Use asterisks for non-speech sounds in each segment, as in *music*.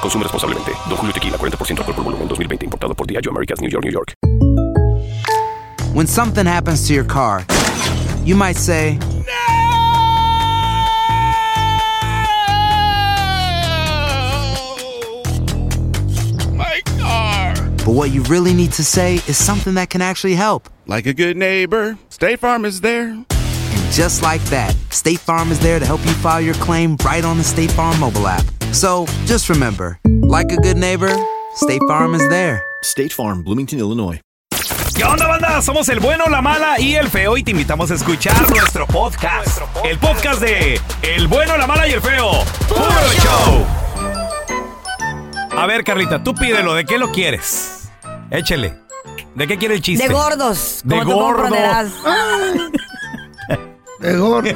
Consume responsablemente. Don Julio Tequila, 40% alcohol por volumen, 2020. Importado por Diageo Americas, New York, New York. When something happens to your car, you might say, My car! but what you really need to say is something that can actually help. Like a good neighbor, State Farm is there. And just like that, State Farm is there to help you file your claim right on the State Farm mobile app. So just remember, like a good neighbor, State Farm is there. State Farm, Bloomington, Illinois. ¿Qué onda, banda? Somos el bueno, la mala y el feo y te invitamos a escuchar nuestro podcast. El podcast de El bueno, la mala y el feo. ¡Puro show! A ver, Carlita, tú pídelo. ¿De qué lo quieres? Échele. ¿De qué quiere el chiste? Este, De gordos. De como tú gordo. comprenderás. De gordo.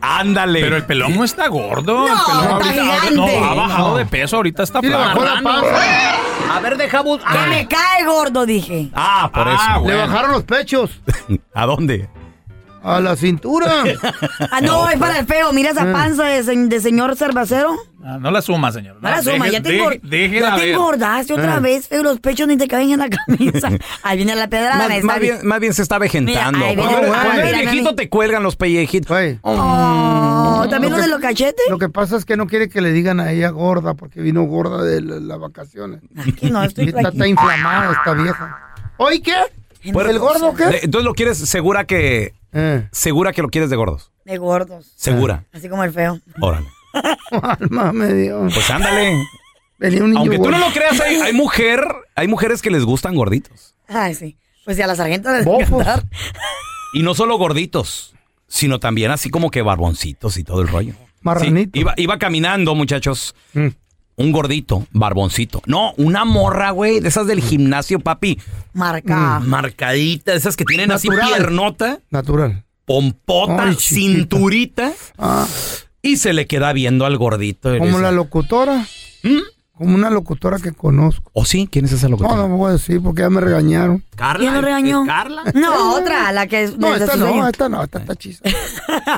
Ándale. Pero el pelón no está gordo. el No, pelón está gigante. no, ha bajado de peso, ahorita está Y le bajó la plano. panza. A ver, deja bus- Que me cae gordo, dije. Ah, por Ah, eso. Le Bueno. bajaron los pechos ¿A dónde? a la cintura. Ah, no, es para el feo. Mira esa panza de, se- de señor cervacero. Ah, no la suma, señor. No la suma, deje- ya te, deje- engor- déjela ya te ver. engordaste otra vez, feo. Los pechos ni te caben en la camisa. Ahí viene la pedrada. Más, está más bien, más bien se está vejentando. Mira, ahí viene Cuando el- cuando ahí eres viene el- viejito te cuelgan los pellejitos. Güey, Oh, ¿También Lo lo de que- los cachetes? Lo que pasa es que no quiere que le digan a ella gorda porque vino gorda de la- las vacaciones. Aquí no, Y *laughs* estoy Está, está aquí. inflamada esta vieja. ¿Hoy qué? Puer- ¿El gordo qué? De- Entonces lo quieres, segura que, Eh. *laughs* segura que lo quieres de gordos. De gordos. Segura. Así como el feo. Órale. Alma me dio. Pues ándale. Venía un niño Aunque tú no gordo. lo creas, hay, hay mujer, hay mujeres que les gustan gorditos. Ay, sí. Pues si a la sargenta les Bofos. encantar. Y no solo gorditos, sino también así como que barboncitos y todo el rollo. Marranito. Sí, iba, iba caminando, muchachos. Mm. Un gordito, barboncito. No, una morra, güey, de esas del gimnasio, papi. Marca. Mm. Marcadita, de esas que tienen así Ah. Natural. piernota, Natural. pompota, Ay, chiquita. cinturita. Ah, Y se le queda viendo al gordito. y le como dice, la locutora. ¿Mm? Como una locutora que conozco. ¿O "Oh, sí? ¿Quién es esa No, locutora? no voy a decir porque ya me regañaron. Carla. ¿Quién lo ¿es- regañó? es Carla. No, otra, la que es No, desde esta sus no, sueños. esta no, esta está *laughs* chisa.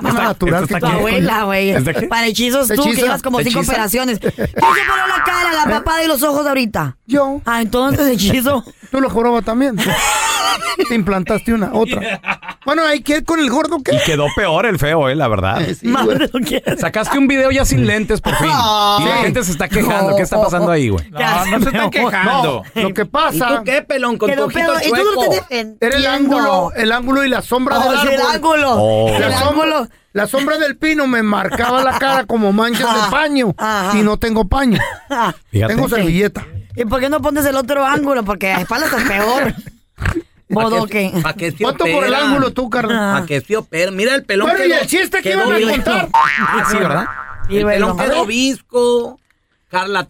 Una natural esta que está Tu conozco. abuela, güey. ¿Es de qué? Para hechizos tú, que Hechiza, llevas como cinco hechiza. *laughs* operaciones. ¿Quién se paró la cara, la papada y los ojos ahorita? Yo, Ah, entonces *laughs* hechizo. tú lo joroba *laughs* también. Te implantaste una, otra. Bueno, hay que ir con el gordo *laughs* que. Y quedó peor el feo, eh, la verdad. Sí, güey. Madre, ¿no quieres? Sacaste un video ya sin lentes, por fin. Y la gente se está quejando. ¿Qué está pasando ahí, güey? No, no se *laughs* están quejando. Lo que pasa pelón? Quedó pedo. Y tú no te defendiendo. era el ángulo, el ángulo y la sombra Oh, del sí, árbol. el ángulo. Oh. El La sombra, ángulo. la sombra del pino me marcaba la cara como manchas de Ajá, paño ajá. y no tengo paño. *laughs* Ah, Fíjate. Tengo servilleta. ¿Y por qué no pones el otro ángulo? Porque a espaldas es *laughs* peor. Bodoque. ¿Cuánto por el ángulo tú, carnal? Ah, Mira el pelón. Bueno, y el chiste que iban a contar. Ah, *laughs* sí, ¿verdad? y bueno. obisco. Carla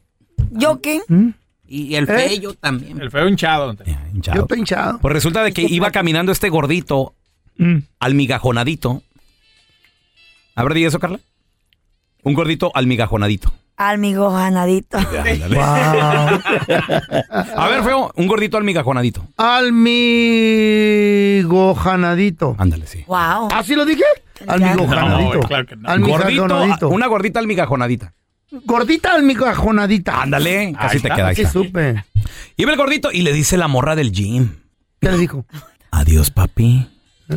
¿Yo qué? ¿Mm? y el ¿Eh? pello también. El feo hinchado. don Tela. Ya, hinchado. Yo estoy hinchado. Pues resulta de que iba caminando este gordito Mm. almigajonadito. A ver, di eso, Carla. Un gordito almigajonadito. Almigo ganadito. Wow. A ver, feo, un gordito almigajonadito. Almigojanadito. Ándale, sí. Wow. ¿Así lo dije? Almigojanadito. No, claro que no. Gordito, ah, Almigojanadito. una gordita almigajonadita. Gordita almigojanadita. Ándale, casi te queda. ahí Así está. supe. Iba el gordito y le dice la morra del gym. ¿Qué le dijo? Adiós, papi.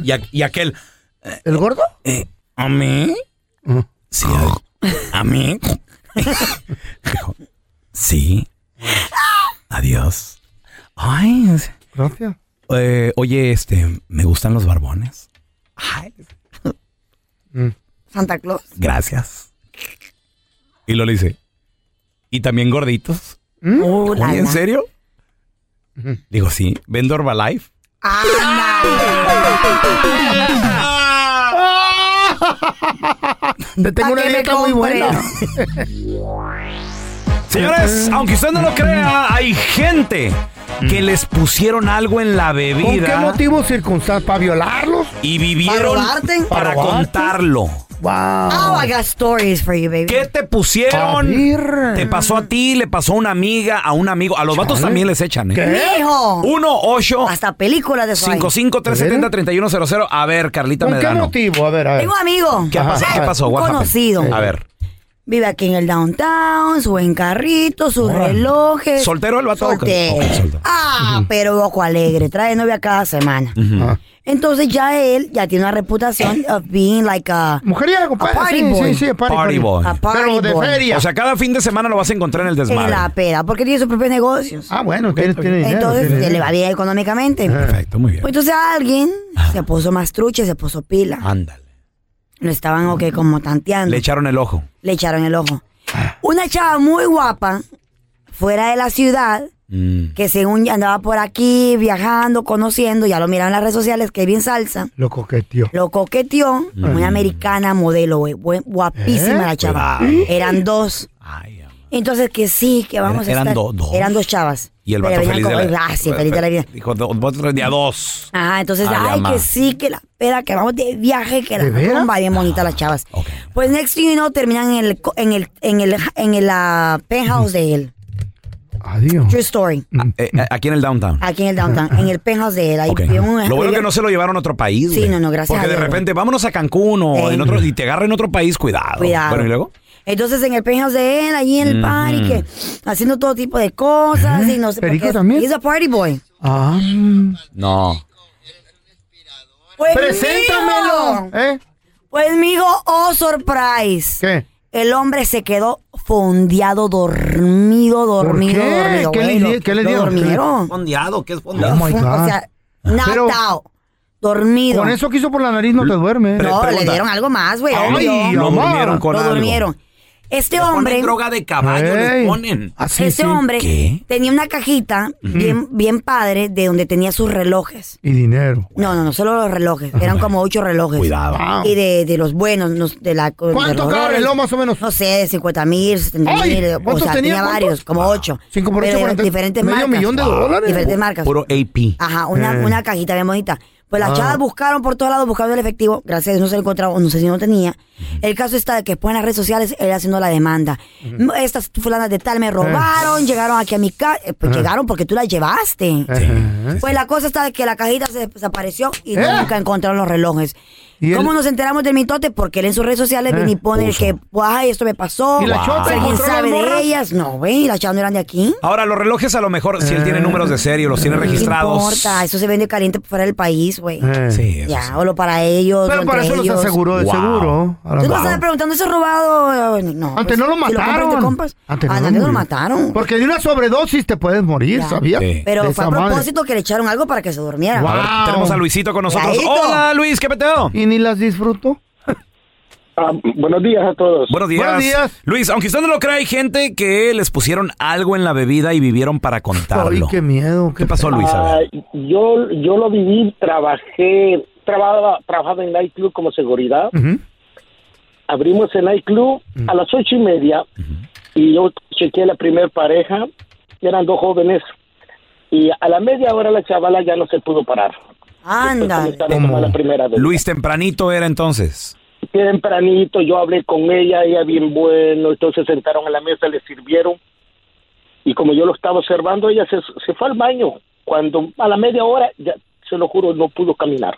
Y, a- y aquel, ¿El gordo? eh, ¿a mí? Ujú. Sí, a, a mí. Dijo, sí. Adiós. Ay, es- Gracias. eh, oye, este, me gustan los barbones. Ay, Santa Claus. gracias. Y lo le dice, ¿y también gorditos? Uh, la, ¿Mm? Oye, ¿en la. serio? Digo, sí, vendo Herbalife. Te tengo una que me dieta muy buena. Señores, aunque usted no lo crea, hay gente que les pusieron algo en la ¿Con qué bebida motivo circunstancias? ¿Para violarlos? y vivieron ¿Para robarte? para ¿Para robarte? contarlo. ¡Wow! Oh, I got stories for you, baby. ¿Qué te pusieron? A ver. Te pasó a ti, le pasó a una amiga, a un amigo. A los vatos Chale. también les echan, ¿eh? Mijo. 1 8 Hasta películas de eso hay. 55 370 3100 A ver, Carlita ¿Con qué Medrano. motivo? A ver, a ver. Tengo amigos. ¿Qué Ajá. pasó? ¿Qué pasó? Un What happened? conocido. A ver. Vive aquí en el downtown, su buen carrito, sus relojes. ¿Soltero el vato? Soltero. Ok, soltero. Ah, pero ojo alegre. Trae novia cada semana. Ah. Entonces ya él ya tiene una reputación Eh. of being like a, Mujeriego, A pa- party sí, boy. sí, sí, party, Party boy. a party Pero de boy feria. O sea, cada fin de semana lo vas a encontrar en el En la desmadre. pera, porque tiene sus propios negocios. ah, bueno, tiene, tiene dinero. Entonces tiene Eh. se le dinero. va bien económicamente. Perfecto, muy bien. Pues entonces alguien se puso más trucha, se puso pila. Ah. Ándale. Lo estaban, ok, como tanteando. Le echaron el ojo. le echaron el ojo. Ah. Una chava muy guapa, fuera de la ciudad, Mm. que según ya andaba por aquí, viajando, conociendo, ya lo miraron en las redes sociales, que es bien salsa, Lo coqueteó. lo coqueteó, una americana modelo, güey, buen- guapísima Mm. ¿Eh? la chava. Cuidado. Eran dos. Ay, amor. Entonces que sí, que vamos Eran- a eran estar. do- dos. Eran dos chavas. Y el Pero vato venían feliz de como- la vida. Ah, sí, feliz de la vida. Dijo, "Do- vos de a dos. Ajá, entonces, Ah, ay, la que ma. sí, que la pera, que vamos de viaje, que ¿De la veras? rumba, bien bonitas las chavas. Ah, ok. Pues next thing you know, terminan en el, co- en el, en el, en el ah, penthouse de él. Adiós. True story. Eh, eh, aquí en el downtown. Aquí en el downtown, en el penthouse de él. Ahí Ok. vio un- Lo bueno que no se lo llevaron a otro país. Sí, güey. no, no, gracias Porque a de Dios, repente, vámonos a Cancún o Eh. en otro, y te agarra en otro país, cuidado. *laughs* Cuidado. Bueno, y luego. Entonces en el penthouse de él, allí en el party, que haciendo todo tipo de cosas y no sé por ¿Perico qué es- también? He's a party boy. Ah. No. Pues, ¡Preséntamelo! mijo, ¿Eh? pues mijo, oh surprise. ¿Qué? El hombre se quedó fondeado, dormido, dormido, qué? dormido. ¿Qué le güey, di- lo- qué le lo dieron? dormieron. Fondeado, ¿qué es Oh my Fue- God. O sea, Pero- knocked out, dormido. Con eso que hizo por la nariz no te duerme. no, le pregunta. dieron algo más, güey. Ay, obvio. lo durmieron con Lo algo. durmieron. Este hombre... de Ey. Este Así, sí. hombre ¿Qué? tenía una cajita bien, bien padre de donde tenía sus relojes. Y dinero. No, no, no, solo los relojes. Eran como ocho relojes. Cuidado. Wow. Y de, de los buenos, no- de la... de ¿Cuánto los cada dólares. reloj más o menos? No sé, de 50 mil, 70 Ay, mil. O ¿cuántos sea, tenía? tenía ¿Cuántos? varios, como ocho. Cinco por Pero ocho, de cuarenta- diferentes medio marcas. millón de dólares. Diferentes marcas. Puro AP. Ajá, una, Eh. una cajita bien bonita. Pues las Ah. chavas buscaron por todos lados, buscaron el efectivo. Gracias a Dios no se lo encontraba, o no sé si no tenía. El caso está de que después en las redes sociales él haciendo la demanda. No, Estas fulanas de tal me Eh. robaron, llegaron aquí a mi casa. Pues llegaron porque tú las llevaste. Ajá. Pues la cosa está de que la cajita se desapareció y Eh. nunca encontraron los relojes. ¿Y ¿Cómo él? nos enteramos del mitote? Porque él en sus redes sociales Eh. viene y pone que, ay, esto me pasó. ¿Y la chota Si ¿Alguien encontró las sabe de morras? ellas? No, güey, las chavas no eran de aquí. Ahora, los relojes a lo mejor, si él tiene números de serie o los tiene ¿Qué registrados. importa? Eso se vende caliente fuera del país, güey. Eh. Sí, eso Ya, sí. o lo para ellos. o Pero para entre eso los ellos. aseguró de Wow. seguro. A la Tú no mano. estás preguntando, ¿eso es robado? No. Antes pues, no lo si compras, mataron. te compras. Antes Ah, antes no lo murieron. mataron. Porque de una sobredosis te puedes morir, Ya. ¿sabías? Sí. De Pero fue esa a madre. propósito que le echaron algo para que se durmiera. Wow. A ver, tenemos a Luisito con nosotros. Laito. Hola, Luis, ¿qué peteo? ¿Y ni las disfruto? Ah, buenos días a todos. Buenos días. Buenos días. Luis, aunque usted no lo crea, hay gente que les pusieron algo en la bebida y vivieron para Ay, contarlo. qué miedo. ¿Qué pasó, Luis? A Ah, ver. yo, yo lo viví, trabajé, trabajaba, trabajaba en nightclub como seguridad. Ujú. Abrimos el nightclub a las ocho y media y yo chequeé la primer pareja, eran dos jóvenes. Y a la media hora la chavala ya no se pudo parar. Anda. Comenzaron a tomar ¿Cómo? La primera vez. Luis, tempranito era entonces. Tempranito yo hablé con ella, ella bien bueno, entonces sentaron a la mesa, le sirvieron y como yo lo estaba observando, ella se, se fue al baño. Cuando a la media hora, ya se lo juro, no pudo caminar.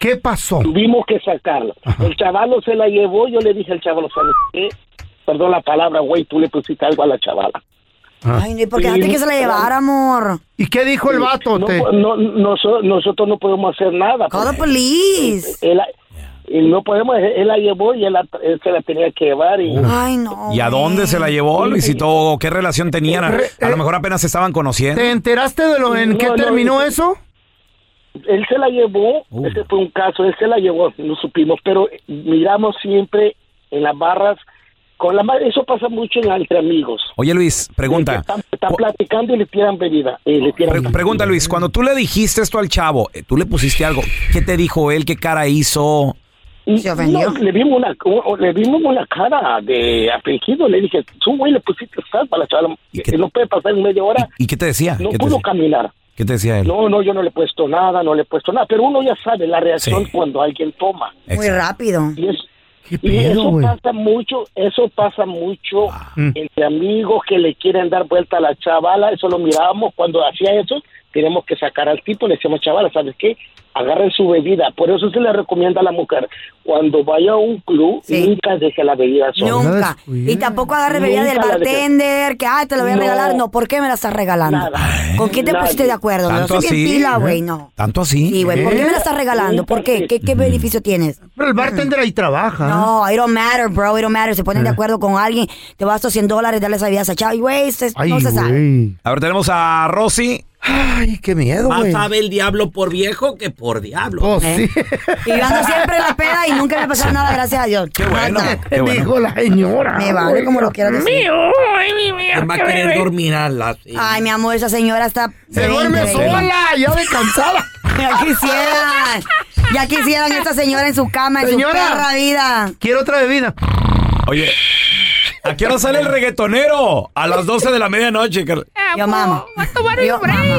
¿Qué pasó? Tuvimos que sacarla. El chavalo se la llevó, yo le dije al chavalo, ¿sabes qué? Perdón la palabra, güey, tú le pusiste algo a la chavala. Ah. Ay, no, ¿y por qué Sí, antes que se la llevara, amor? ¿Y qué dijo el vato? No, Te- Pues. no, noso- nosotros no podemos hacer nada. Call the porque police. él- pues. Y no podemos, él la llevó y él, la- él se la tenía que llevar. Y, Ay, no. ¿Y a dónde se la llevó, Luisito? ¿O ¿Qué relación tenían? A, a eh, lo mejor apenas se estaban conociendo. ¿Te enteraste de lo en No, qué no, terminó y- eso? Él se la llevó, ese fue un caso, él se la llevó, no supimos, pero miramos siempre en las barras, con la madre, eso pasa mucho en- entre amigos. Oye, Luis, pregunta. Están platicando y le tiran bebida. y le tiran- Pre- pregunta, Luis, cuando tú le dijiste esto al chavo, eh, tú le pusiste algo, ¿qué te dijo él? ¿Qué cara hizo? Y Se ofendió. no, le vimos una o- le vimos una cara de afligido, le dije, tú güey le pusiste sal para la chavala, que no puede pasar en media hora, ¿Y qué te decía? no ¿Qué, te, pudo decía? caminar. ¿Qué te decía él? No, no, yo no le he puesto nada, no le he puesto nada, pero uno ya sabe la reacción cuando alguien toma. Muy rápido. Y, es- ¿Qué y pedo, eso güey? Ah. Mm. pasa mucho, eso pasa mucho entre amigos que le quieren dar vuelta a la chavala, eso lo mirábamos cuando hacía eso, tenemos que sacar al tipo, le decíamos chavala, ¿sabes qué? Agarren su bebida, por eso se le recomienda a la mujer, cuando vaya a un club, Sí. nunca deje la bebida sola. Nunca. Y tampoco agarre bebida del Nunca la dejé. bartender, que, ay, te lo voy a No. regalar. No, ¿por qué me la estás regalando? Nada. ¿Con quién te Nadie. pusiste de acuerdo? No, ¿Tanto soy bien así? pila, güey, no. ¿Tanto así? Sí, güey, ¿por qué me la estás regalando? Un ¿Por qué? ¿Qué, qué beneficio tienes? Pero el bartender ahí trabaja. No, it don't matter, bro, it don't matter. Se ponen de acuerdo con alguien, te vas a 100 dólares, darle esa vida a esa chava. Y, güey, eso es- no se sabe. A ver, tenemos a Rosy. Ay, qué miedo, güey. el diablo por viejo que por diablo. Oh, Eh. sí. Y yo ando siempre en la peda y nunca me pasó nada, gracias a Dios. Qué bueno, qué bueno. *laughs* Dijo la señora. Me vale como lo quieras decir. ¿Quién va a querer dormir a las... Ay, mi amor, esa señora está... Se duerme sola, ya de cansada. Ya quisieran. Ya quisieran esta señora en su cama, en Señora. su perra vida. Quiero otra bebida. Oye, ¿a qué hora sale el reggaetonero? A las 12 de la medianoche. Carla. Yo mamo. Yo, mama.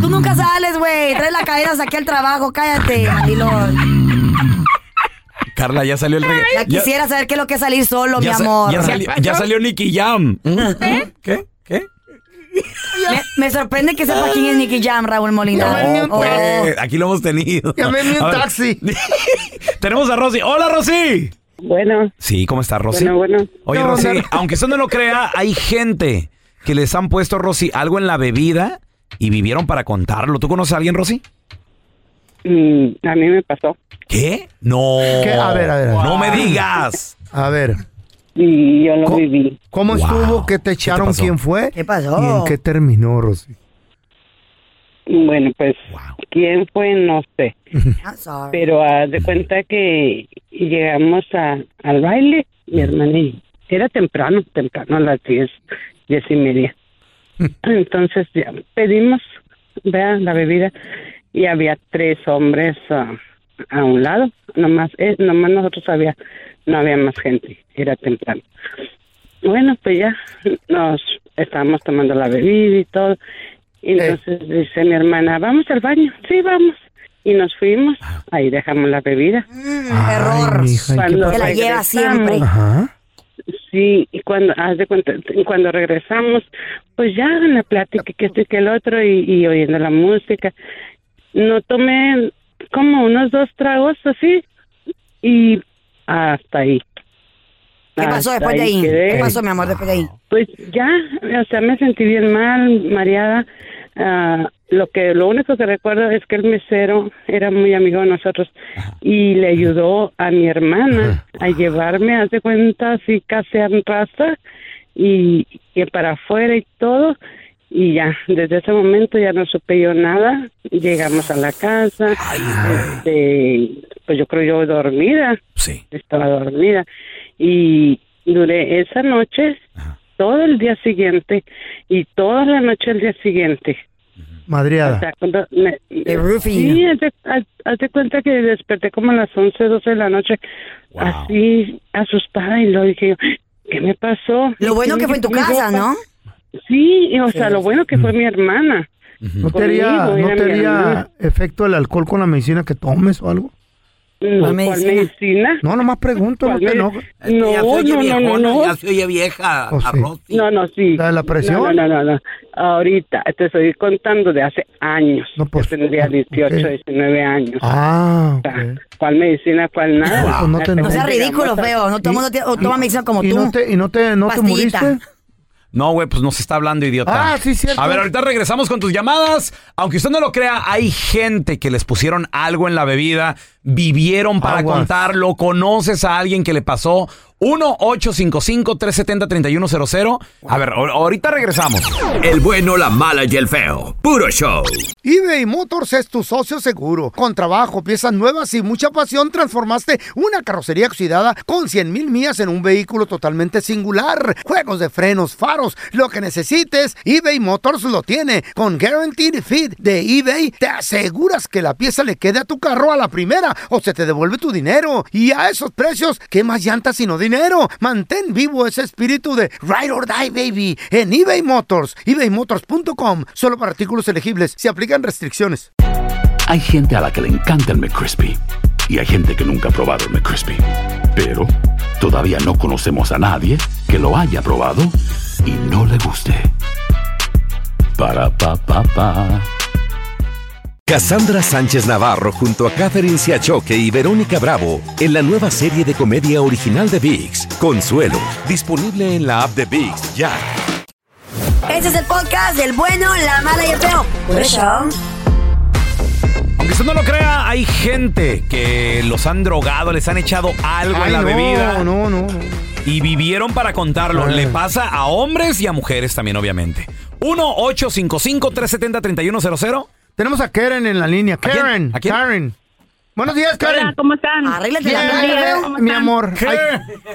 Tú nunca sales, güey. Traes la cadena hasta aquí al trabajo. Cállate, mandilón. Carla, ya salió el Ya reggaetonero. quisiera saber qué es lo que es salir solo, mi ya, sa- amor. Ya salió, ya salió Nicky Jam. ¿Qué? ¿Qué? Me, me sorprende que sepa quién es Nicky Jam, Raúl Molina. Oh. Eh, aquí lo hemos tenido. Llámeme un A ver, taxi. *laughs* Tenemos a Rosy. ¡Hola, Rosy! Bueno, Sí, ¿cómo está, Rosy? bueno, bueno. Oye, No, Rosy, no. aunque usted no lo crea, hay gente que les han puesto, Rosy, algo en la bebida y vivieron para contarlo. ¿Tú conoces a alguien, Rosy? Mm, a mí me pasó. ¿Qué? No. ¿Qué? A ver, a ver, a ver. No me digas. A ver. Y yo lo viví. ¿Cómo Wow. estuvo? ¿Qué te echaron? pasó? ¿Quién fue? ¿Qué pasó? ¿Y en qué terminó, Rosy? Bueno, pues, ¿quién fue? No sé. I'm Ah, sorry. Pero haz de cuenta que llegamos a, al baile, mi hermana y era temprano, temprano a las diez, diez y media. Entonces ya pedimos, vea, la bebida, y había tres hombres ah, a, un lado, nomás, eh, nomás nosotros había, no había más gente, era temprano. Bueno, pues ya nos estábamos tomando la bebida y todo. Y entonces dice mi hermana, vamos al baño. Sí, vamos. Y nos fuimos. Ahí dejamos la bebida. Error. Cuando Se la lleva regresamos- siempre. Sí, y cuando, haz de cuenta, cuando regresamos, pues ya en la plática que este y que el otro y, y oyendo la música, no tomé como unos dos tragos así y hasta ahí. ¿Qué pasó Hasta después de ahí? quedé. ¿Qué pasó, mi amor, después de ahí? Pues ya, o sea, me sentí bien mal, mareada. Ah, lo que lo único que recuerdo es que el mesero era muy amigo de nosotros y le ayudó a mi hermana a llevarme, hace cuenta, así casi en raza y, y para afuera y todo. Y ya, desde ese momento ya no supe yo nada. Llegamos a la casa. este, pues yo creo yo dormida. Sí. Estaba dormida. Y duré esa noche, todo el día siguiente y toda la noche el día siguiente. O Madreada. sea, cuando me- sí, haz de, haz- haz de cuenta que desperté como a las 11, 12 de la noche, así asustada y lo dije yo, ¿qué me pasó? Lo bueno que fue en tu Mi casa, ropa. ¿no? Sí, y, o sea, lo bueno que fue mi hermana. ¿No te haría, Conmigo, no era te mi haría hermana. efecto el alcohol con la medicina que tomes o algo? No, ¿Cuál medicina? medicina? No, nomás pregunto, no ¿Cuál te me- enojes. No, ya se oye no, no, no, viejona, no. ya se oye vieja. Pues sí. arroz. No, no, sí. ¿La de la presión? No, no, no, no. Ahorita te estoy contando de hace años. No, pues, Yo tendría 18, ok. 19 años. Ah, ok. ¿Cuál medicina, cuál nada? Pues no te No enojes. seas ridículo, Llegamos a- feo. No todo el mundo tiene- o toma medicina como ¿Y tú. no te, y no te, no te Pastillita. muriste? No, güey, pues nos está hablando, idiota. Ah, sí, cierto. A ver, ahorita regresamos con tus llamadas. Aunque usted no lo crea, hay gente que les pusieron algo en la bebida, vivieron para Aguas. contarlo, conoces a alguien que le pasó. 1-855-370-3100. A ver, ahor- ahorita regresamos. El bueno, la mala y el feo. Puro show. eBay Motors es tu socio seguro. Con trabajo, piezas nuevas y mucha pasión, transformaste una carrocería oxidada con 100 mil millas en un vehículo totalmente singular. Juegos de frenos, faros, lo que necesites, eBay Motors lo tiene. Con Guaranteed Fit de eBay, te aseguras que la pieza le quede a tu carro a la primera o se te devuelve tu dinero. Y a esos precios, ¿qué más llantas sino dinero? Mantén vivo ese espíritu de Ride or Die, baby, en eBay Motors. ebaymotors.com. Solo para artículos elegibles. Se aplican restricciones. Hay gente a la que le encanta el McCrispy y hay gente que nunca ha probado el McCrispy. Pero todavía no conocemos a nadie que lo haya probado y no le guste. Para pa pa pa. Cassandra Sánchez Navarro junto a Catherine Siachoque y Verónica Bravo en la nueva serie de comedia original de VIX, Consuelo, disponible en la app de VIX ya. Este es el podcast del bueno, la mala y el feo. Por eso. Aunque usted no lo crea, hay gente que los han drogado, les han echado algo en Ay, la no, bebida. no, no, no. Y vivieron para contarlo. Ay. Le pasa a hombres y a mujeres también, obviamente. 1-855-370-3100. Tenemos a Karen en la línea. Karen. Karen. Buenos días, Karen. ¿cómo están? Arréglate la Bien, cara, bien, ¿cómo mi están? amor. Ay,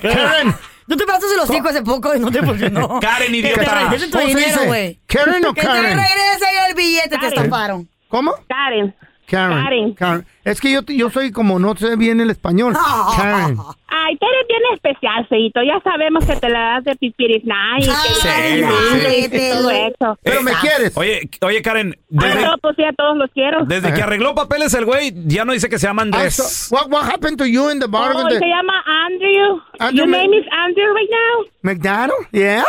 Karen. No te pasaste los hijos hace poco y no te *laughs* funcionó. Karen, idiota. Que te regresen tu ¿Cómo se dinero, dice? güey. ¿Karen o *laughs* Que te Karen? regresen el billete, te estafaron. ¿Cómo? Karen. Karen. Karen. Karen. Es que yo, yo soy como no sé bien el español. Karen. Ay, tú eres bien especial, Feito. Ya sabemos que te la das de pipirizna y que Sí, Ay, sí. todo eso. Pero me quieres. Oye, oye Karen, Ah, desde, no, pues sí, a todos los quiero. desde que arregló papeles el güey, ya no dice que se llama Ah, So, Andrés. what, what happened to you in the bar? Oh, with the- se llama Andrew. Andrew Your Mc- name is Andrew right now. ¿McDonald? Yeah.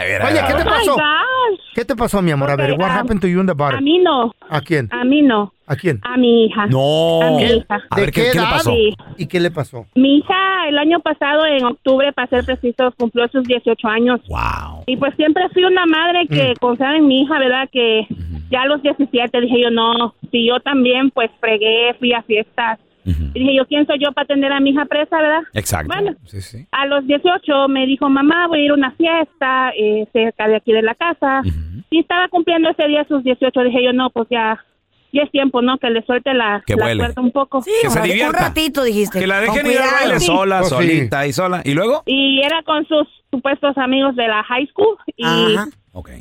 ver, a Oye, ver, ¿qué a te ver. pasó? Oh my gosh. ¿Qué te pasó, mi amor? A ver, what ah, happened to you in the bar? A mí no. ¿A quién? A mí no. ¿A quién? A mi hija. No. A mi ¿Qué? hija. ¿De qué, edad? Ah, Sí. ¿Y qué le pasó? Mi hija el año pasado, en octubre, para ser preciso, cumplió sus 18 años. ¡Wow! Y pues siempre fui una madre Mm. que confiaba en mi hija, ¿verdad? Que ya a los 17 dije yo, no, si yo también pues fregué, fui a fiestas. Y dije yo, ¿quién soy yo para atender a mi hija presa, verdad? Exacto. Bueno, Sí, sí. a los 18 me dijo, mamá, voy a ir a una fiesta eh, cerca de aquí de la casa. Y estaba cumpliendo ese día sus 18. Dije yo, no, pues ya, ya es tiempo, ¿no? Que le suelte la, Que la vuele. cuerda un poco. Sí, ojalá, un ratito dijiste. Que la Con dejen ir al cuidado. baile Sí. sola, Pues sí. solita y sola. ¿Y luego? Y era con sus supuestos amigos de la high school. Y Ajá.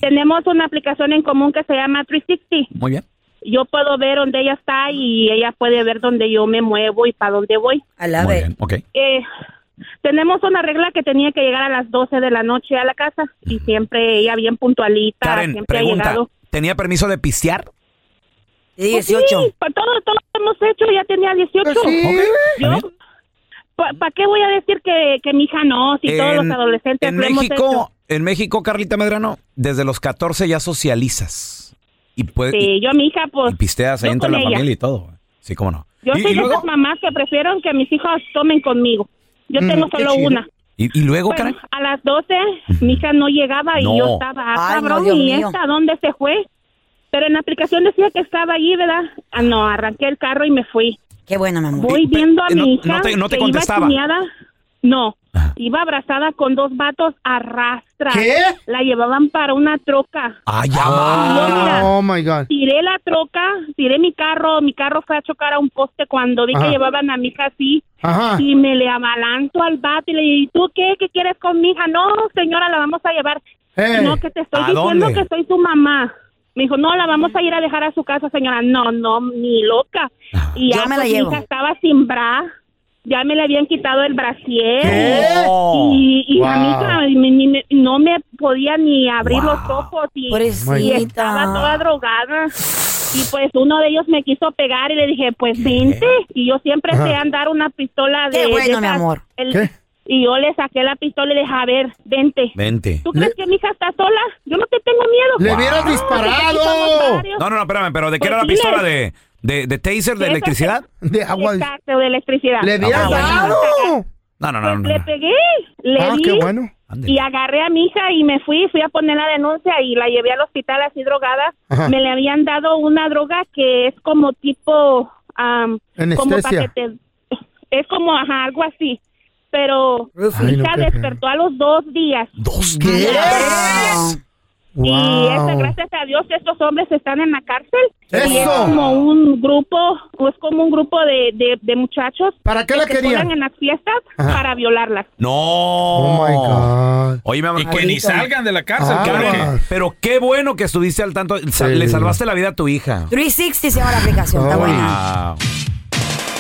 tenemos una aplicación en común que se llama 360. Muy bien. Yo puedo ver dónde ella está y ella puede ver dónde yo me muevo y para dónde voy. A la Muy bien, ok. Eh, tenemos una regla que tenía que llegar a las 12 de la noche a la casa y siempre ella bien puntualita, Karen, siempre ha pregunta. llegado. ¿Tenía permiso de pistear? Pues sí, pues todo, todo lo hemos hecho, ya tenía 18. Yo, ¿Para qué voy a decir que, que mi hija no? Si todos los adolescentes en lo hemos México, hecho. en México, Carlita Medrano, desde los 14 ya socializas. Y puedes Sí, yo a mi hija, pues. y pisteas ahí yo entre con la ella. familia y todo. güey. Sí, cómo no. Yo y, soy y de esas luego, mamás que prefiero que mis hijos tomen conmigo. Yo Mm, tengo qué solo chido. una. y, y luego Bueno, Karen, a las 12 mi hija no llegaba y No. yo estaba, ah, Ay, no, cabrón, Dios ¿y mío. esta dónde se fue? Pero en la aplicación decía que estaba allí, ¿verdad? Ah, no, arranqué el carro y me fui. Qué bueno, mi amor. Voy viendo a eh, no- mi hija no te- no te que iba contestaba. chineada. No, iba abrazada con dos vatos arrastra. ¿Qué? La llevaban para una troca. ¡Ay, ya Ah, va. Oh, my God. Tiré la troca, tiré mi carro, mi carro fue a chocar a un poste cuando vi Ajá. que llevaban a mi hija así. Ah. Ajá. Y me le abalanzo al vato y le digo, ¿y tú qué? ¿Qué quieres con mi hija? No, señora, la vamos a llevar. Eh, no, que te estoy ¿a diciendo dónde? que soy tu mamá. Me dijo, no, la vamos a ir a dejar a su casa, señora. No, no, ni loca. Ah, Y Yo ya me la pues, mi llevo. hija estaba sin bra. Ya me le habían quitado el brasier. ¿Qué? Y, y a Wow. mí hija, ni- ni- ni- no me podía ni abrir Wow. los ojos. Y, Pobrecita. y estaba toda drogada. Y pues uno de ellos me quiso pegar y le dije, pues vente. Y yo siempre Ajá. sé andar una pistola de... Qué bueno, de mi amor. el- ¿Qué? Y yo le saqué la pistola y le dije, a ver, vente. vente. ¿Tú crees que mi hija está sola? Yo no te tengo miedo. ¡Le Wow. hubieras No, disparado! porque aquí somos varios. No, no, no, espérame, pero ¿de qué Pues era la dile. pistola? ¿De, de, de taser? ¿De Esa- electricidad? De agua. Exacto, de electricidad. ¡Le hubieras Ah, dado! No, no, no. no, Le no. pegué, le Ah, di, qué bueno. Y agarré a mi hija y me fui, fui a poner la denuncia y la llevé al hospital así drogada. Ajá. Me le habían dado una droga que es como tipo... am, como pa' Anestesia. que te- es como ajá, algo así. Pero mi Ay, no, hija qué despertó a los dos días. ¿Dos días? Y Wow. este, gracias a Dios estos hombres están en la cárcel. Y es ¡Eso! como un grupo, o es como un grupo de, de, de muchachos. ¿Para qué la se querían? ponen en las fiestas Ajá. para violarlas. No. Oh my God. Oye, mi amor. Y que ni salgan de la cárcel, Ah, cabrón. bueno. Pero qué bueno que estuviste al tanto. Sa- Le salvaste la vida a tu hija. 360 se llama la aplicación, está buena. Oh, Wow.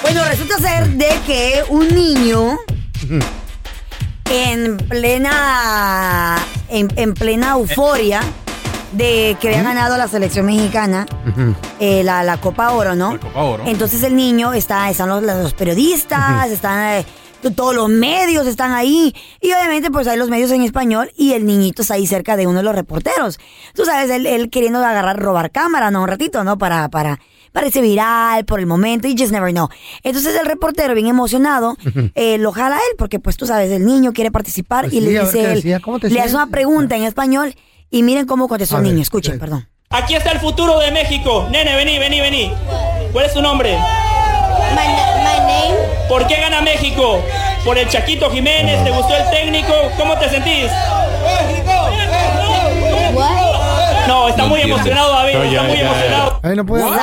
Bueno, resulta ser de que un niño en plena en, en plena euforia de que había ganado la selección mexicana eh, la, la Copa Oro, ¿no? Copa Oro. Entonces el niño está, están los, los periodistas, están eh, to- todos los medios están ahí y obviamente pues hay los medios en español y el niñito está ahí cerca de uno de los reporteros. Tú sabes, él, él queriendo agarrar, robar cámara, ¿no? Un ratito, ¿no? Para, para, para ese viral, por el momento, you just never know. Entonces el reportero, bien emocionado, eh, lo jala a él porque pues tú sabes, el niño quiere participar Pues y sí, a le ver qué dice él, decía, ¿cómo te le hace sientes? una pregunta en español y miren cómo contestó A el ver, eh. niño. Escuchen, perdón. Aquí está el futuro de México. Nene, vení, vení, vení. ¿Cuál es su nombre? ¿Por qué gana México? ¿Por el Chaquito Jiménez? ¿Te gustó el técnico? ¿Cómo te sentís? No, está muy emocionado, David. Está muy emocionado. Ay, no puede hablar.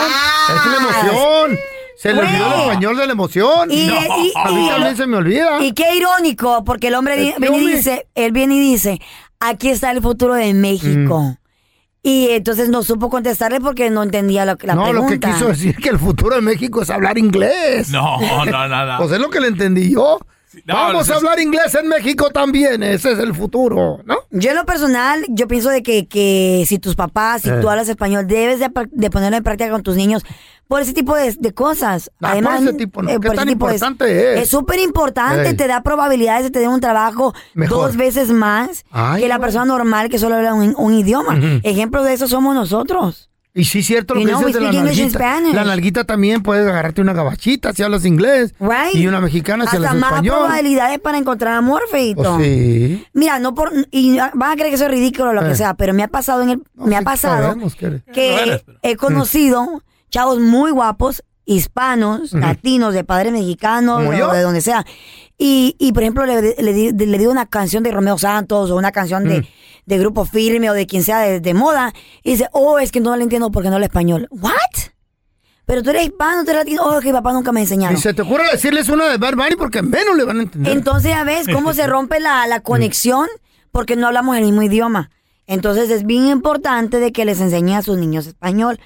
Es una emoción. Se le olvidó el español de la emoción. Y, No, y- a y- mí también se me olvida. Y qué irónico, porque el hombre di- Este viene y hombre. dice, él viene y dice, aquí está el futuro de México. Mm. Y entonces no supo contestarle porque no entendía lo- la no, pregunta. lo que quiso decir que el futuro de México es hablar inglés. No, no, no, no. Pues es lo que le entendí yo. no, Vamos es- a hablar inglés en México también. Ese es el futuro, ¿no? Yo en lo personal, yo pienso de que, que si tus papás, si Eh. tú hablas español, debes de, pra- de ponerlo en práctica con tus niños por ese tipo de, de cosas. eh, Ah, por ese tipo no. ¿Qué por ese tan tipo importante es? Es súper importante, Ey. te da probabilidades de tener un trabajo Mejor. dos veces más Ay, que la güey. persona normal que solo habla un, un idioma. Ujú. Ejemplo de eso somos nosotros. Y sí, cierto lo You que know, dices we de la speak English and nalguita. Spanish. La nalguita también puedes agarrarte una gabachita si hablas inglés. Right. Y una mexicana si Hasta hablas más español. probabilidades para encontrar amor, feito. Pues sí. Mira, no por y van a creer que eso es ridículo o lo que Eh. sea, pero me ha pasado en el me ha pasado Sabemos que eres. *laughs* que No eres, he conocido chavos muy guapos, hispanos, Ujú. latinos, de padres mexicanos, ¿Como o yo? de donde sea. Y, y, por ejemplo, le, le, di- le digo una canción de Romeo Santos o una canción de, de Grupo Firme o de quien sea de, de moda. Y dice, oh, es que no le entiendo porque no habla español. ¿What? Pero tú eres hispano, tú eres latino. Oh, que mi papá nunca me enseñaron. Y se te ocurre decirles una de Bad Bunny porque menos le van a entender. Entonces ya ves cómo se rompe la, *laughs* la conexión porque no hablamos el mismo idioma. Entonces es bien importante de que les enseñe a sus niños español.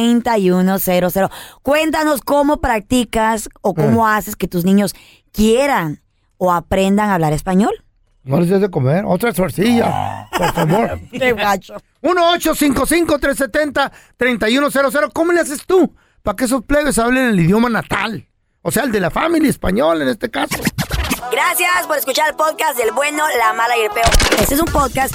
1-855-370-3100. Cuéntanos cómo practicas o cómo haces que tus niños quieran o aprendan a hablar español. No les des de comer. Otra suercilla. Ah. Por favor. Qué gacho. 1-855-370-3100. ¿Cómo le haces tú para que esos plebes hablen el idioma natal? O sea, el de la familia español en este caso. Gracias por escuchar el podcast del bueno, la mala y el peo. Este es un podcast